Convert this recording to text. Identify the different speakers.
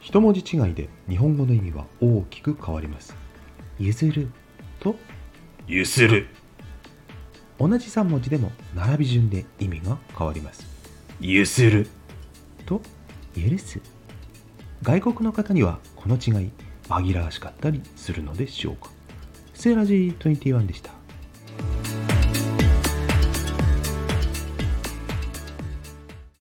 Speaker 1: 一文字違いで日本語の意味は大きく変わります譲ると
Speaker 2: ゆする、
Speaker 1: 同じ3文字でも並び順で意味が変わります
Speaker 2: ゆする、
Speaker 1: と許す外国の方にはこの違い紛らわしかったりするのでしょうかセーラージ21でした